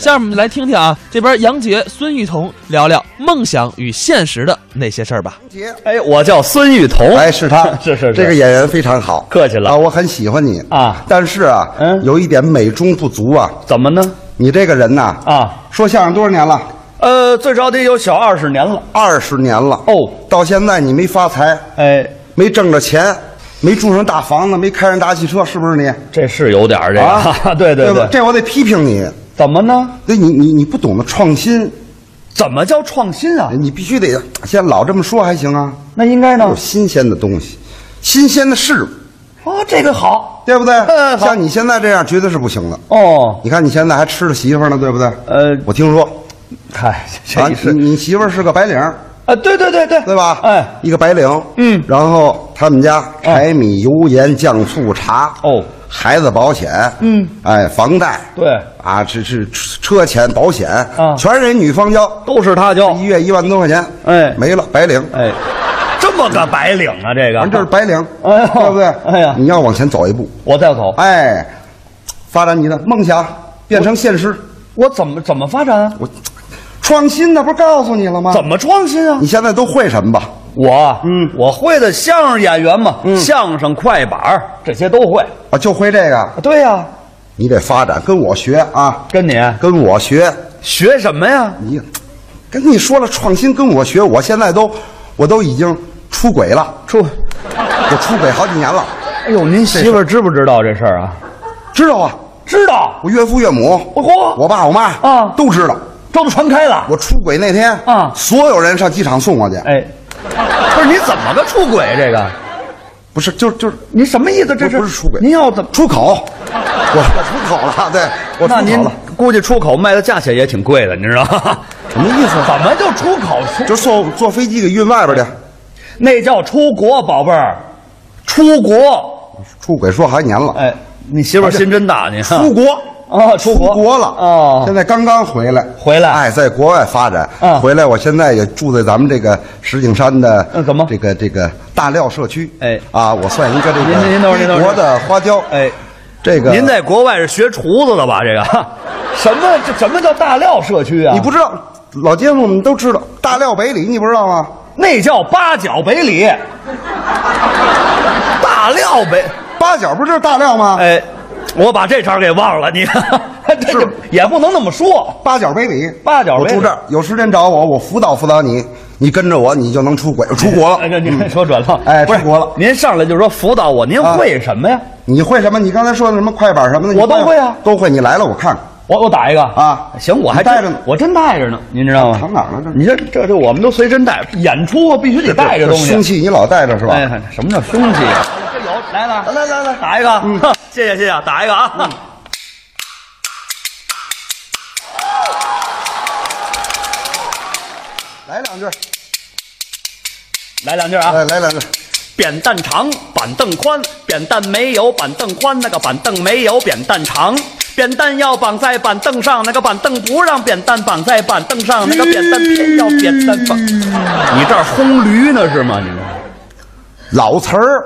下面我们来听听啊，这边杨杰、孙玉彤聊聊梦想与现实的那些事儿吧。哎，我叫孙玉彤，，哎，是他 是是是这个演员非常好，客气了啊，我很喜欢你啊但是啊，嗯有一点美中不足啊，怎么呢？你这个人呐，啊，说相声多少年了？呃，最少得有小二十年了。二十年了哦到现在你没发财，哎，没挣着钱，没住上大房子，没开上大汽车，是不是你？这是有点儿这个， 对啊对对吧对，这我得批评你，怎么呢？对你你你不懂得创新，怎么叫创新啊？你必须得现在老这么说还行啊，那应该呢有？新鲜的东西，新鲜的事物，哦，这个好对不对？嗯好像你现在这样绝对是不行的。哦。你看你现在还吃着媳妇儿呢，对不对？呃，我听说嗨，这啊，一你是你媳妇儿是个白领儿，啊，对对对对，对吧？哎，一个白领，嗯然后他们家柴米油盐酱醋茶，哦孩子保险，嗯，哎，房贷，对，啊，这是车钱、保险，啊全是人女方交，都是他教。一月一万多块钱，哎没了，白领，哎，这么个白领啊，这个反正就是白领，哎呦对不对？哎呀你要往前走一步，我再走，哎，发展你的梦想变成现实，我怎么怎么发展啊？我创新那不是告诉你了吗？怎么创新啊你？现在都会什么吧？我嗯我会的相声演员嘛，相声、快板儿这些都会。啊，就会这个，对呀、你得发展，跟我学啊，跟你跟我学。学什么呀？你跟你说了创新，跟我学，我现在都我都已经出轨了，出，我出轨好几年了，哎呦，您媳妇儿知不知道这事儿啊？知道啊？知道，我岳父岳母，我嚯，我爸我妈啊都知道。这都传开了。我出轨那天啊所有人上机场送我去，哎，不是你怎么个出轨？这个不是，就是就是您什么意思？这不不是出轨您要怎么？出口，我我出口了，对我那出您口了，估计出口卖的价钱也挺贵的，您知道 吗？什么意思？怎么就出口出？就是坐坐飞机给运外边去，那叫出国，宝贝儿，出国。出轨说好几年了，哎，你媳妇儿心真大，你看出国。啊，出国出国了哦现在刚刚回来，回来哎，在国外发展，嗯回来我现在也住在咱们这个石景山的，嗯怎么这个这个大料社区，哎啊，我算一个这个您您等会儿您等美会儿国的花椒，哎，这个您在国外是学厨子的吧？这个什么这什么叫大料社区啊？你不知道，老街坊们都知道大料北里，你不知道吗？那叫八角北里，大料北。八角不就是大料吗？哎，我把这茬给忘了，你这 是就 也不能那么说。八角北里，八角我北里住这儿，有时间找我，我辅导辅导你，你跟着我，你就能出轨，出国了。哎，这您说准了，哎不是出国了您上来就说辅导我，您啊会什么呀？你会什么？你刚才说的什么快板什么的，你我都吗会啊都会。你来了，我看看。我我打一个啊行，我还你带真着呢啊我真带着呢，您知道吗？藏哪儿了这你这这这，我们都随身带，演出啊必须得带着东西。凶器你老带着是吧？哎，什么叫凶器啊？这有来了，来来来，打一个，嗯，谢谢谢谢，打一个啊。来两句，来两句啊！来来两句。扁担长，板凳宽，扁担没有板凳宽，那个板凳没有扁担长。扁担要绑在板凳上，那个板凳不让扁担绑在板凳上，那个扁担偏要扁担绑。你这儿轰驴呢是吗？你这老词儿，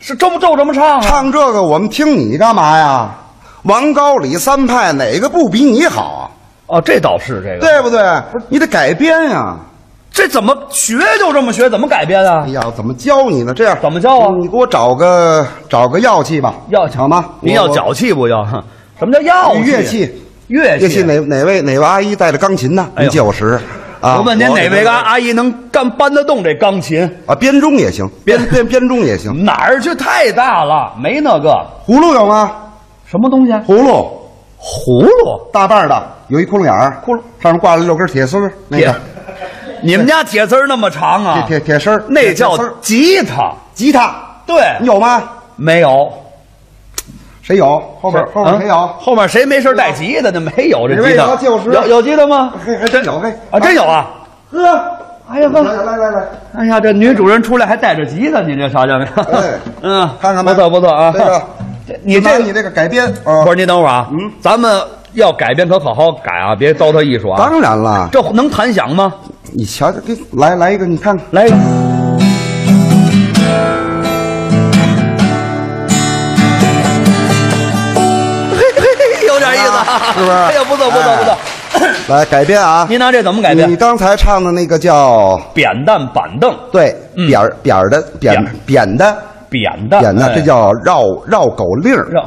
是这么就这么唱啊？唱这个我们听你干嘛呀？王高李三派哪个不比你好啊？哦，这倒是这个，对不对？你得改编呀、这怎么学就这么学？怎么改编啊哎？呀，怎么教你呢？这样怎么教啊你你给我找个找个药器吧，要巧好吗？您我要脚气不要？什么叫药气？乐器，乐器，乐器哪哪位哪位阿姨带着钢琴呢？哎呦您借我使使啊！我问您哪位个个阿姨能干搬得动这钢琴？啊？编钟也行，编编编钟也行。哪儿去？太大了，没那个葫芦有吗？什么东西。啊葫芦葫 芦，大瓣儿的，有一窟窿眼儿，窟窿上面挂了六根铁丝儿，那铁个， 你们家铁丝儿那么长啊？铁铁铁丝儿，那铁叫铁丝儿吉他。吉他，对，你有吗？没有？谁有？后边后边谁嗯有？后面谁没事儿带吉他的？没有这哪位吉他有借我十有有吉他吗？嘿，还真有嘿啊，真有啊！ 呵，哎呀来呵，来来来，哎呀，这女主人出来还带着吉他，你这啥叫？哎 嗯，看看吧不错不错啊。这个这你拿这你这个改编啊不是，您等会儿啊，嗯，咱们要改编可好好改啊，别糟蹋艺术啊。当然了，这能弹响吗？你瞧瞧，给来来一个，你看看。来， 嘿嘿嘿有点意思啊，是不是？哎呦，不错不错不错哎！来改编啊！您拿这怎么改你变？刚才唱的那个叫扁担板凳，对扁儿扁儿的扁嗯扁扁的扁担，扁的，哎这叫绕绕狗令儿绕。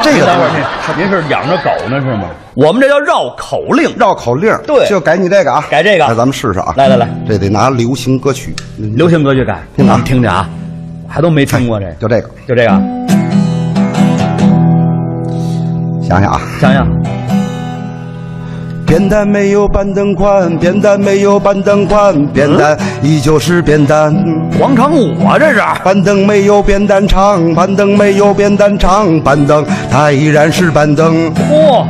这个等会儿您您是养着狗呢是吗？我们这叫绕口令。绕口令儿，对就改你这个啊，改这个那咱们试试啊！来来来，这得拿流行歌曲，流行歌曲改，听听听听啊，还都没听过这，哎就这个，就这个，想想啊。想想扁担没有板凳宽，扁担没有板凳宽，扁担依旧是扁担。广场舞啊，这是板凳没有扁担长，板凳没有扁担长，板凳它依然是板凳。嚯，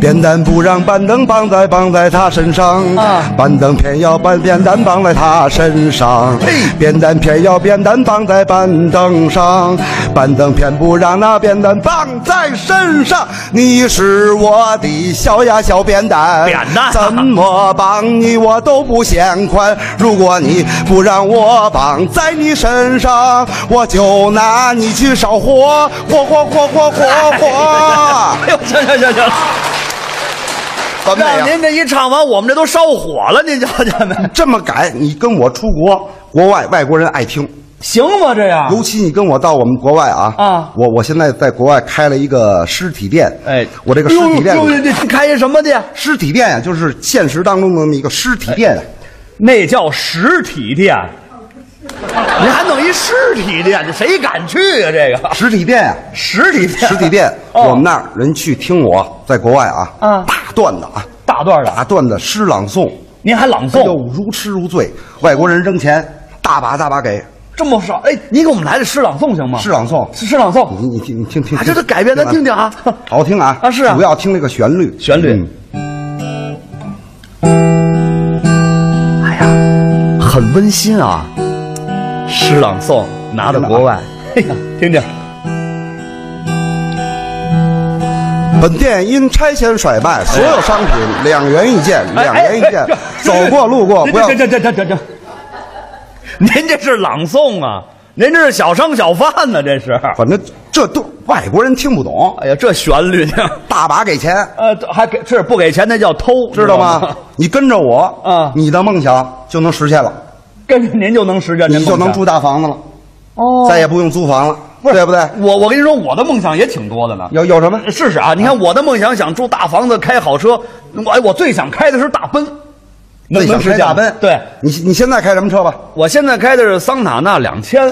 扁担不让板凳绑在绑在他身上，啊板凳偏要把扁担绑在他身上，扁担偏要扁担绑在板凳上，板凳偏不让那扁担绑在身上。你是我的小呀小扁担，扁担怎么绑你我都不嫌宽。如果你不让我绑在你身上，我就拿你去烧火，火火火火火 火。哎呦，行行行行，怎么让样？您这一唱完，我们这都烧火了， 您瞧见没？这么改，你跟我出国，国外外国人爱听，行吗？这样尤其你跟我到我们国外啊啊我我现在在国外开了一个实体店，哎，我这个实体店，呦呦呦这开一什么店？实体店呀、啊就是现实当中的那么一个实体店啊，那叫实体 店。您还弄一实体店，这谁敢去啊？这个实体店呀、实体店，实体店，哦我们那儿人去听我在国外啊，啊哦大段子啊，大段的，大段子诗朗诵，您还朗就诵，如痴如醉，外国人扔钱，大把大把给，这么少？哎，您给我们来个诗朗诵行吗？诗朗诵，诗诗朗诵你你听你听听，啊这都改编咱听听啊好听啊啊是啊主要听那个旋律，旋律嗯。哎呀，很温馨啊！诗朗诵拿到国外， 哎呀，听听，本店因拆迁甩哎卖，所有商品两元一件，两元一件。走过路过不要哎这这这这这这，您这是朗诵啊！您这是小商小贩呢、这是。反正这都外国人听不懂，哎呀，这旋律 呢，大把给钱，呃，还给是不给钱那叫偷，知道吗？你跟着我，啊你的梦想就能实现了，跟着您就能实现您你梦就想，能住大房子了，哦。再也不用租房了，对不对？我我跟你说，我的梦想也挺多的呢。有有什么？试试啊！你看我的梦想，想住大房子，开好车。我哎，我最想开的是大奔，能最想能实开现大吗奔，对，你你现在开什么车吧？我现在开的是桑塔纳两千，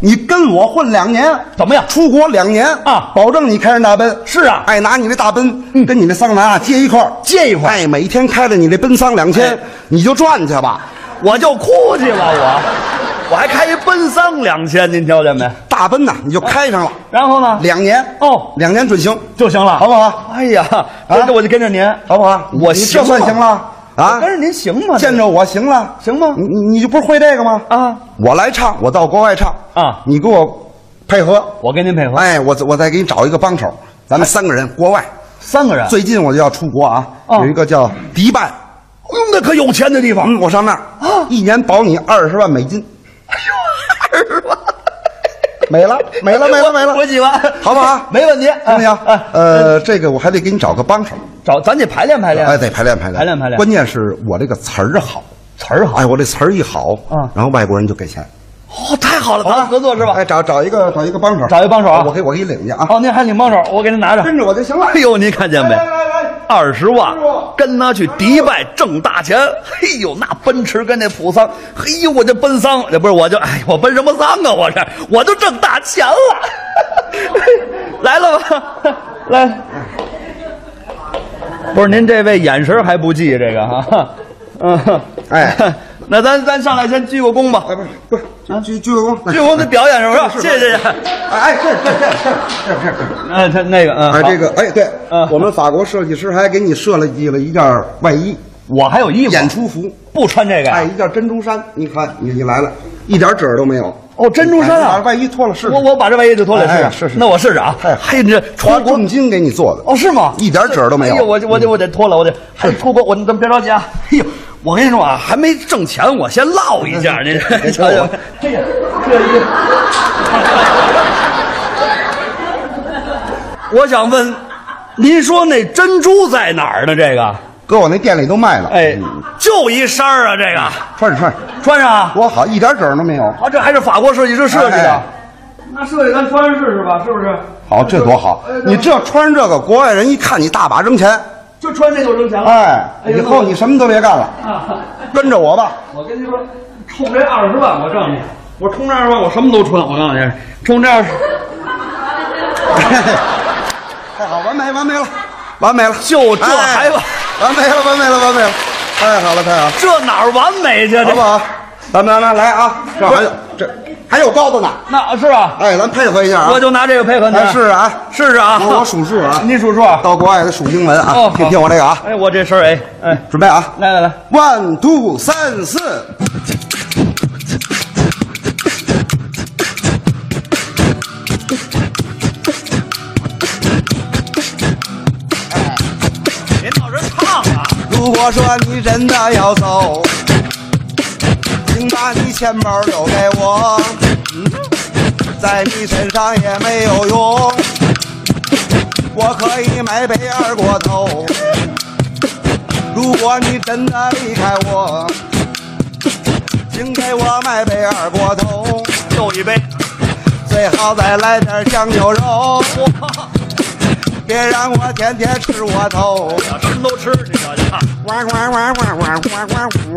你跟我混两年，怎么样？出国两年啊保证你开上大奔。是嗯啊爱拿你那大奔，跟你那桑塔纳哎接一块儿，借一块儿哎，每天开着你那奔桑两千哎，你就赚去吧。我就哭去吧，我，我还开一奔桑两千，您瞧见没？大奔呐，你就开上了，然后呢？两年哦两年准行，就行了，好不？好？哎呀，这个我就跟着您，好不好？我你行这算吗行了啊我？跟着您行吗？见着我行了，行吗你你你就不是会这个吗？啊，我来唱，我到国外唱啊你给我配合，我跟您配合，哎，我我再给你找一个帮手，咱哎们三个人国外。三个人，最近我就要出国啊，啊哦有一个叫迪拜，哎呦那可有钱的地方，嗯，我上那儿哦一年保你二十万美金，哎呦，二十万，没了，没了，没了，我没嗯我了，喜欢，好不好？没问题，行不行哎哎？呃，这个我还得给你找个帮手，找咱得排练排练，哎，得排练排练，排练排练关键是我这个词儿好，词儿好，哎，我这词儿一好，嗯然后外国人就给钱，哦，太好了，咱们合作是吧？哎，找找一个找一个帮手，找一帮手啊我给我给你领去啊，哦，您还领帮手，我给您拿着。跟着我就行了。哎呦，您看见没来来来来？二十万师傅，跟他去迪拜挣大钱。嘿呦，那奔驰跟那普桑，嘿呦，我这奔桑，这不是我就哎，我奔什么桑啊？我这我就挣大钱了。来了 吧，来。不是您这位眼神还不济这个哈，嗯，哎， 那咱咱上来先鞠个躬吧，哎，不是不是，啊鞠鞠个躬，来鞠躬的表演是不是？谢谢。哎，这这这这这这这。哎，他那个，嗯，哎，好这个哎，对嗯，我们法国设计师还给你设计了一件外衣，我还有衣服，演出服，不穿这个呀哎，一件珍珠衫。你看，你你来了，一点褶儿都没有。哦，珍珠衫哎把！啊外衣脱了试试。 我我把这外衣就脱了哎试哎是是那我试试啊。哎 嘿，你这出花国重金给你做的，哦是吗？一点褶儿都没有嗯哎呦，我我得我得脱了，我得还出国，我你咱别着急啊。哎呦，我跟你说啊，还没挣钱，我先落一下，您嗯别瞧瞧瞧我，这个这一。我想问，您说那珍珠在哪儿呢？这个，搁我那店里都卖了。哎嗯，就一身儿啊，这个穿着穿着，穿上啊，多好，一点褶儿都没有。啊，这还是法国设计师设计的哎，那设计咱穿上试试吧，是不是？好，这多好！你这穿这个，国外人一看你大把扔钱。就穿这就挣钱了。哎，哎呦以后你什么都别干了，啊，跟着我吧。 我跟你说，冲这二十万，我告诉你，我冲这二十万，我什么都穿。我告诉你，冲这二十，哎太好，完美完美了，完美了，就这哎还完完美了，完美了，完美了，太好了，太好了， 这哪儿完美去？好这不好？咱们来来啊，这还有这还有包子呢，那是吧？哎，咱配合一下啊。我就拿这个配合您哎来，试试啊，试试啊。我我数数啊，您数数啊。到国外得数英文哦啊好，听听我这个啊，哎，我这身儿哎哎，准备啊来来来， ，one two 三四。您倒是唱啊，如果说你真的要走，请把你钱包留给我，在你身上也没有用。我可以买杯二锅头。如果你真的离开我，请给我买杯二锅头，又一杯。最好再来点酱牛肉，别让我天天吃窝头。啊，什么都吃，你瞧瞧。哇哇哇哇哇哇哇哇哇哇！